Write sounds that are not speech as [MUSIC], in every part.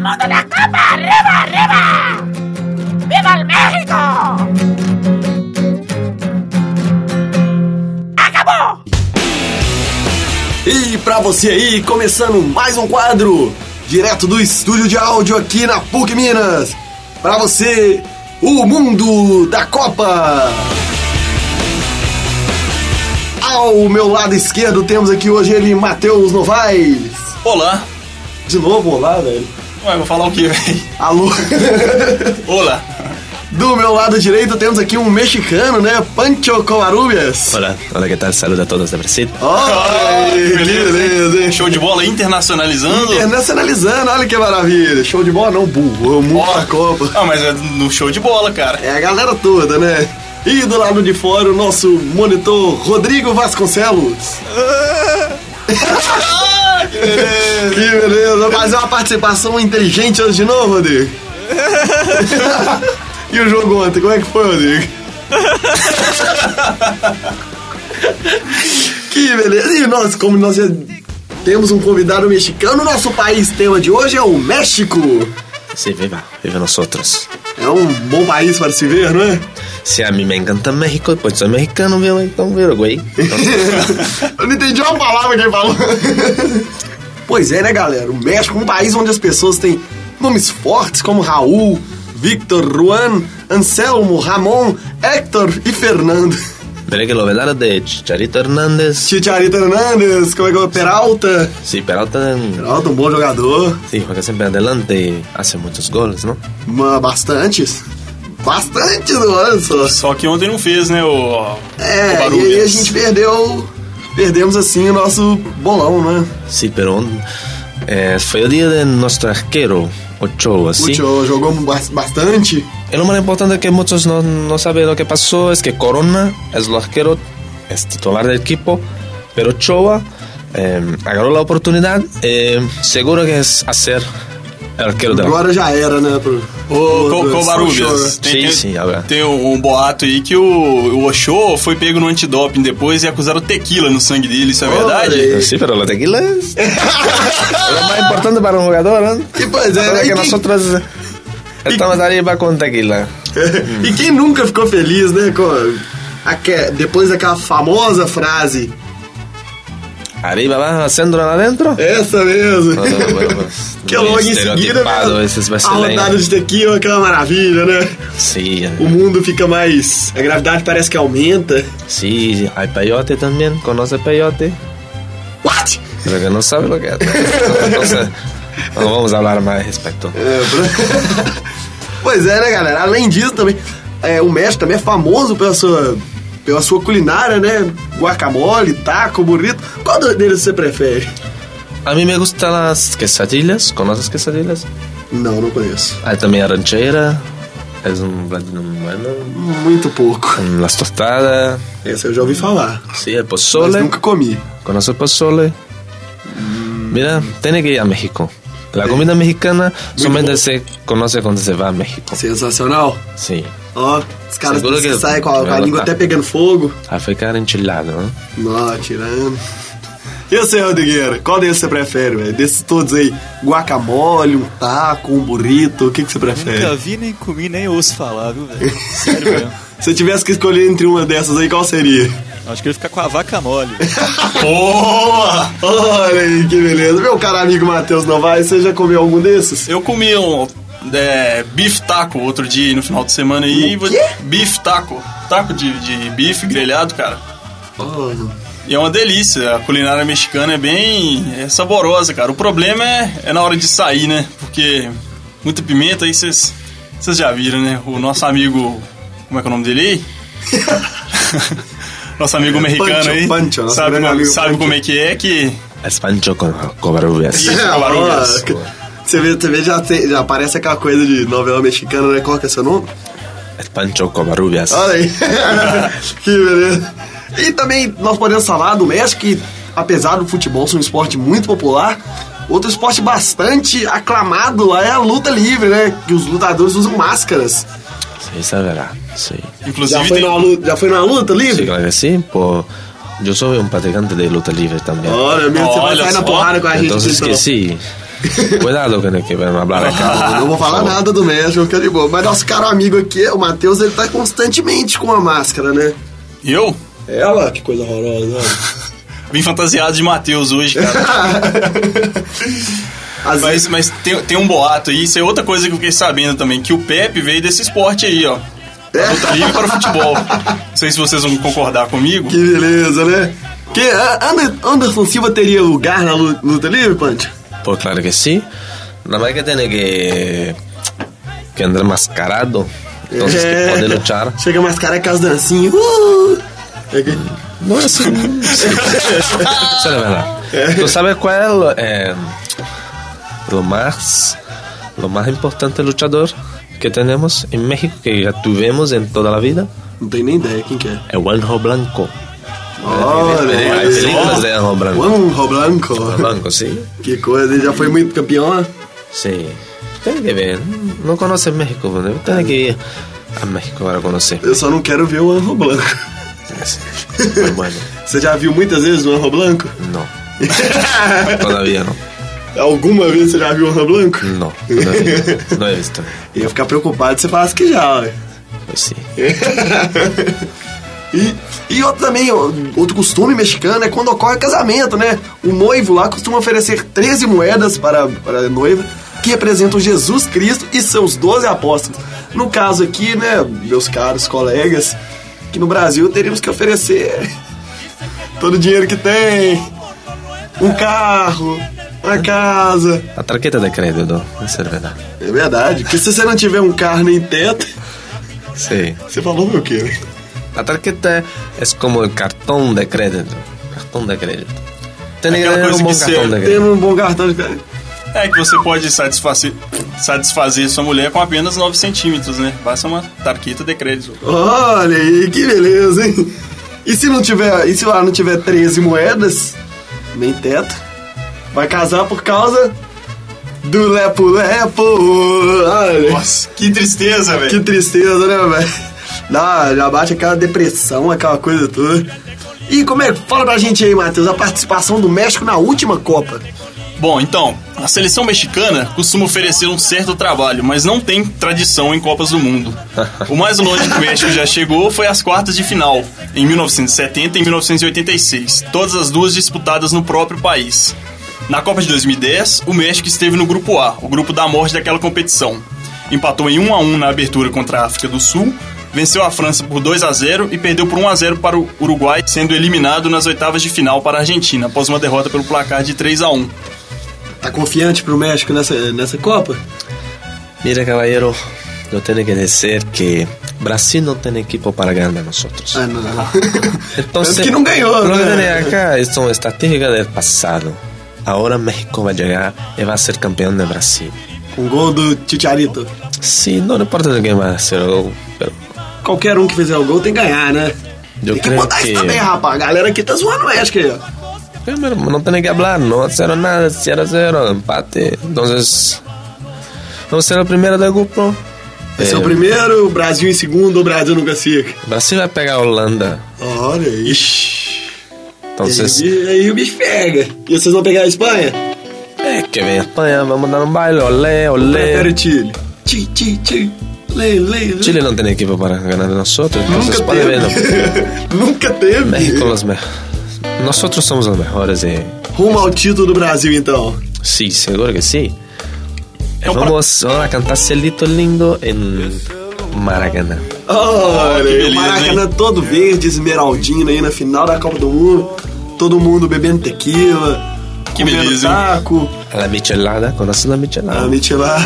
mundo en la cama! ¡Arriba, arriba! ¡Viva el México! ¡Acabó! E pra você aí, começando mais um quadro direto do estúdio de áudio aqui na PUC Minas. Pra você, o mundo da Copa. Ao meu lado esquerdo temos aqui hoje ele, Matheus Novaes. Olá. De novo, olá, velho. Ué, vou falar o quê, [LAUGHS] velho? Alô. [LAUGHS] Olá. Do meu lado direito temos aqui um mexicano, né? Pancho Covarrubias. Hola, hola, ¿qué tal? Saludos a todos de Brasil. Olha aí, que beleza, hein? Show de bola internacionalizando. Internacionalizando, olha que maravilha. Show de bola não, burro. Eu mudo Ó, a Copa. Ah, mas é no show de bola, cara. É a galera toda, né? E do lado de fora, o nosso monitor Rodrigo Vasconcelos. Ah, [LAUGHS] que beleza. Fazer uma participação inteligente hoje de novo, [LAUGHS] Rodrigo. e o jogo ontem, como é que foi, [LAUGHS] Rodrigo? que beleza. E nós, como nós já temos um convidado mexicano, nosso país tema de hoje é o México. Sí, viva, viva nosotros. É um bom país para se ver, não é? Si a mí me encanta México, pues soy mexicano, viva, então, viva, güey. Eu não entendi uma palavra que ele falou. pois é, né, galera? O México é um país onde as pessoas têm nomes fortes como Raul, Victor, Juan, Anselmo, Ramon, Hector e Fernando. [LAUGHS] Mira que lo velado de Chicharito Hernández. Chicharito Hernandes, como é que é? Peralta. Sí, Peralta, Peralta, um bom jogador. sí, juega siempre adelante y hace muchos goles, ¿no? Mas Bastantes. Bastantes, olha só. Só que ontem não fez, né, o. o É, e Barulhas. aí a gente perdeu. Perdemos assim o nosso bolão, né? Sí, pero eh, fue el día de nuestro arquero, Ochoa, O ¿sí? Tio jogou bas- bastante. Y lo más importante que muchos no, no saben lo que pasó es que Corona es el arquero, es titular del equipo, pero Ochoa eh, agarró la oportunidad, eh, seguro que es hacer el arquero del Agora já era, né? Pro, Ô, pro- Co- pro- Covarrubias. pro- Sim, sim, agora. Tem um, um boato aí que o, o Oxô foi pego no antidoping depois e acusaram tequila no sangue dele, isso é verdade? Olha. Sí, pero la tequila es lo más importante para un jugador, ¿no? E pois é, Para né? que E quem, nosotros estamos arriba con tequila. [LAUGHS] e quem nunca ficou feliz, né? Com aque- depois daquela famosa frase. Arriba, abajo, al centro, adentro. Essa mesmo. Não, não, não, não. [LAUGHS] que logo em seguida, Estereotipado, né, esses a brasileiros. rodada de tequila, aquela maravilha, né? Sí, O mundo fica mais... A gravidade parece que aumenta. sí, hay peyote también, conoce peyote, What? pero que no sabe lo que hace. Entonces, no vamos a hablar más al respecto. É, pra- pois é, né, galera? Além disso, também... é, o México também é famoso pela sua... Pela sua culinária, né? Guacamole, taco, burrito. Qual deles você prefere? A mí me gustan las quesadillas, ¿conoces quesadillas? Não, não conheço. Hay también ranchera, es un platillo bueno. Muito pouco. Las tostadas, Essa eu já ouvi falar. sí, el Mas pozole. nunca comi. ¿Conoces pozole? Mira, tiene que ir a México. La comida mexicana solamente se conoce cuando se va a México. Sensacional. Sí. Ó, os caras Segura que que- saem com a, com a ela língua tá. até pegando fogo. A ficar enchilado, ¿no? Nó, tirando. E você, Rodrigueira? Qual deles você prefere, velho? Desses todos aí, guacamole, um taco, um burrito, o que, que você Nunca prefere? vi, nem comi, nem ouço falar, viu, velho? [LAUGHS] Sério mesmo. Se eu tivesse que escolher entre uma dessas aí, qual seria? Acho que eu ia ficar com a vaca mole. Boa! Olha aí, que beleza. Meu caro amigo Matheus Novaes, você já comeu algum desses? Eu comi um é, beef taco outro dia no final de semana aí. O quê? Beef taco. Taco de, de bife grelhado, cara. [LAUGHS] Olha. E é uma delícia, a culinária mexicana é bem é saborosa, cara. O problema é, é na hora de sair, né? Porque muita pimenta aí vocês vocês já viram, né? O nosso amigo. Como é que é o nome dele aí? [LAUGHS] nosso amigo mexicano É, Pancho, aí. Pancho, nosso sabe grande como, amigo sabe Pancho. como é que é que. Es pancho con cobarrubias. [LAUGHS] Isso, Covarrubias. É, ó, Você vê, você vê já, tem- já parece aquela coisa de novela mexicana, né? Qual que é seu nome? Es pancho cobarrubias. Olha aí. [LAUGHS] que beleza. E também nós podemos falar do México, que apesar do futebol ser um esporte muito popular, outro esporte bastante aclamado lá é a luta livre, né? Que os lutadores usam máscaras. Sí, esa es verdad. Sí. Inclusive tem- luta, já foi numa luta [LAUGHS] Sí, livre? claro que sí. Pues, yo soy un practicante de luta libre también. Olha, mesmo, você vai Olha sair na só. porrada com a gente. Entonces então. que Oh, sí. Cuidado con el que van a hablar [LAUGHS] acá. Eu não vou falar nada do México, que é de boa. Mas nosso caro amigo aqui, o Matheus, ele tá constantemente com a máscara, né? Eu? Ela? É, Que coisa horrorosa. Vim fantasiado de Matheus [LAUGHS] hoje, cara. Às vezes, Mas, mas tem, tem um boato aí, isso é outra coisa que eu fiquei sabendo também, que o Pepe veio desse esporte aí, ó. Da luta é. livre para o futebol. Não sei se vocês vão concordar [LAUGHS] comigo. que beleza, né? Que a- Ander- Anderson Silva teria lugar na lu- luta livre, Pante? Pues claro que sí. Nada más que tiene que, que andar mascarado. Entonces Então que puede [LAUGHS] luchar. É. Chega mais careca as dancinhas. Uh! É que- No es. sí. Eso es la verdad. ¿Tú sabes cuál es eh, lo más lo más importante luchador que tenemos en México, que ya tuvimos en toda la vida? Não tem nem ideia quem que é. El Juanjo Blanco. Oh, Olha, Hay películas de Juanjo Blanco. Juanjo Blanco. Blanco, sí. Que coisa, ele já foi muito campeão, né? Sí. Tiene que ver. No conoce México, ¿no? tiene que ir a México para conocer. Eu só não quero ver o Anjo Blanco. Muy Pues bueno. Você já viu muitas vezes o Anjo Blanco? No. Todavía no. Alguma vez você já viu o Anjo Blanco? No. Todavía no. No he visto. [LAUGHS] Eu ia ficar preocupado se você falasse que já, ué. Pues sí. E, e outro também, ó, outro costume mexicano é quando ocorre casamento, né? O noivo lá costuma oferecer 13 moedas para, para a noiva, que representam Jesus Cristo e seus 12 apóstolos. No caso aqui, né, meus caros colegas, que no Brasil teríamos que oferecer [LAUGHS] todo o dinheiro que tem, um carro, uma casa. La tarjeta de crédito. Eso es verdad. É verdade, porque se você não tiver um carro nem teto, Sí. você falou o quê? né? La tarjeta es como el cartón de crédito. Cartón de crédito. Tiene que Aquella tener cosa un buen que cartón se- de crédito. Tendo um bom cartão de crédito. É que você pode satisfazer, satisfazer sua mulher com apenas 9 centímetros, né? Basta uma tarquita de crédito. Olha aí, que beleza, hein? E se não tiver, e se lá não tiver 13 moedas, nem teto, vai casar por causa do Lepo Lepo. Olha, Nossa, que tristeza, que velho. tristeza, né, velho? Dá, já bate aquela depressão, aquela coisa toda. E como é? Fala pra gente aí, Matheus, a participação do México na última Copa. Bom, então, a seleção mexicana costuma oferecer um certo trabalho, mas não tem tradição em Copas do Mundo. O mais longe que o México já chegou foi as quartas de final, em 1970 e 1986, todas as duas disputadas no próprio país. Na Copa de 2010, o México esteve no grupo A, o grupo da morte daquela competição. Empatou em 1 a 1 na abertura contra a África do Sul, venceu a França por 2 a 0 e perdeu por 1 a 0 para o Uruguai, sendo eliminado nas oitavas de final para a Argentina, após uma derrota pelo placar de 3 a 1. Tá confiante pro México nessa, nessa Copa? Mira, caballero, yo tengo que decir que Brasil no tiene equipo para ganar de nosotros. Ah, não. Entonces, Tanto que não ganhou, lo que né? tiene acá son estrategias del pasado. Ahora México va a llegar y va a ser campeón de Brasil. Um gol do Titiarito. Sí, no importa de quién va a ser el gol, pero Qualquer um que fizer o gol tem que ganhar, né? tem Eu que creio botar que- isso também, rapaz. A galera aqui tá zoando o México aí, ó. primero no tiene que hablar, no hacer nada, 0 0, empate. Entonces, vamos a ser el primero del grupo. Esse é o Eh, primeiro, o Brasil em segundo, o Brasil nunca fica. Brasil va a pegar a Holanda. Olha aí. Entonces, Aí, aí o bicho pega. E vocês vão pegar a Espanha? eh, que venga España, vamos a dar un baile, olé, Prefere olé. o Chile. Ti, ti, ti. Lei, lei, lei. Chile no tiene equipo para ganar de nosotros, entonces Nunca puede ver, ¿no? teve. [LAUGHS] Nunca teve. México los mejores. Nosotros somos los mejores de... Rumo ao título do Brasil, então. Sí, seguro que sí. É um Vamos, vamos a cantar Celito Lindo en Maracaná. Olha, que aí, o beleza, Maracanã hein? todo verde, esmeraldino aí na final da Copa do Mundo. Todo mundo bebendo tequila. Que comendo beleza, hein? taco. A la michelada, ¿conoces la michelada? A Michelá.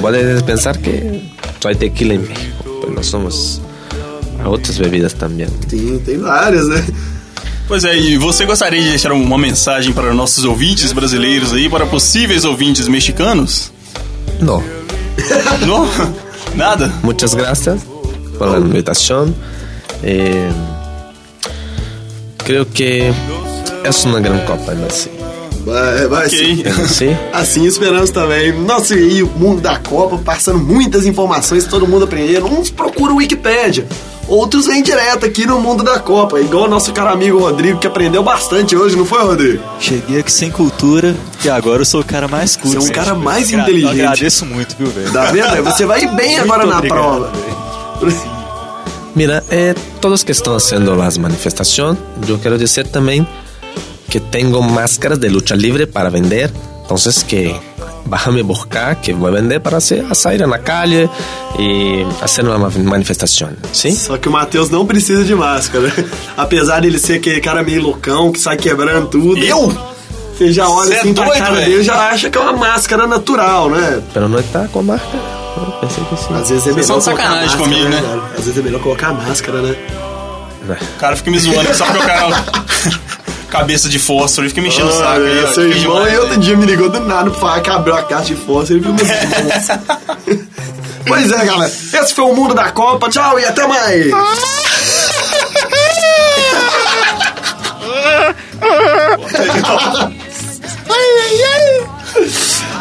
Puedes pensar que hay tequila en México, pero no somos a otras bebidas también. [LAUGHS] Sim, tem várias, né? Pois é, e você gostaria de deixar uma mensagem para nossos ouvintes brasileiros aí, para possíveis ouvintes mexicanos? No. Não? Nada? Muchas gracias por la invitación. Eh, creo que es una gran copa en [LAUGHS] Brasil. Vai, vai sim. Ok. ¿Sí? Assim esperamos também. Nossa, e aí, o mundo da Copa, passando muitas informações, todo mundo aprendendo. Uns procuram Wikipédia, Outros vêm direto aqui no mundo da Copa, igual o nosso caro amigo Rodrigo, que aprendeu bastante hoje, não foi, Rodrigo? Cheguei aqui sem cultura e agora eu sou o cara mais culto. Você é um gente. cara mais Gra- inteligente. Eu agradeço muito, viu, velho? Tá [LAUGHS] vendo? Você vai bem agora Muito na obrigado, prova. velho. [LAUGHS] Mira, eh, todos que están haciendo las manifestaciones, yo quiero decir también que tengo máscaras de lucha libre para vender. Entonces que bájame buscar, que voy a vender para hacer, a salir a la calle y hacer una ma- manifestación. ¿Sí? Só que o Matheus não precisa de máscara. [LAUGHS] Apesar dele ser aquele cara meio loucão que sai quebrando tudo. Eu? Você já olha Cê é assim pra doido, cara velho? dele e já acha que é uma máscara natural, né? Pero no está con máscara. No, pensé que sí. Às vezes é melhor são de colocar sacanagem máscara, comigo, né? cara? Às vezes é melhor colocar a máscara, né? O cara fica me zoando, só porque o cara. [LAUGHS] Cabeça de fósforo, ele fica me enchendo o saco. aí, ó, Ah, seu que irmão demais, aí outro né? dia me ligou do nada pra falar que abriu a caixa de fósforo e [LAUGHS] viu meus irmãos. [LAUGHS] Pois é, galera. Esse foi o Mundo da Copa. Tchau e até mais.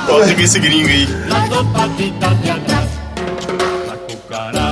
Ó, Fica esse gringo aí. Las dos patitas de atrás, la cucaracha.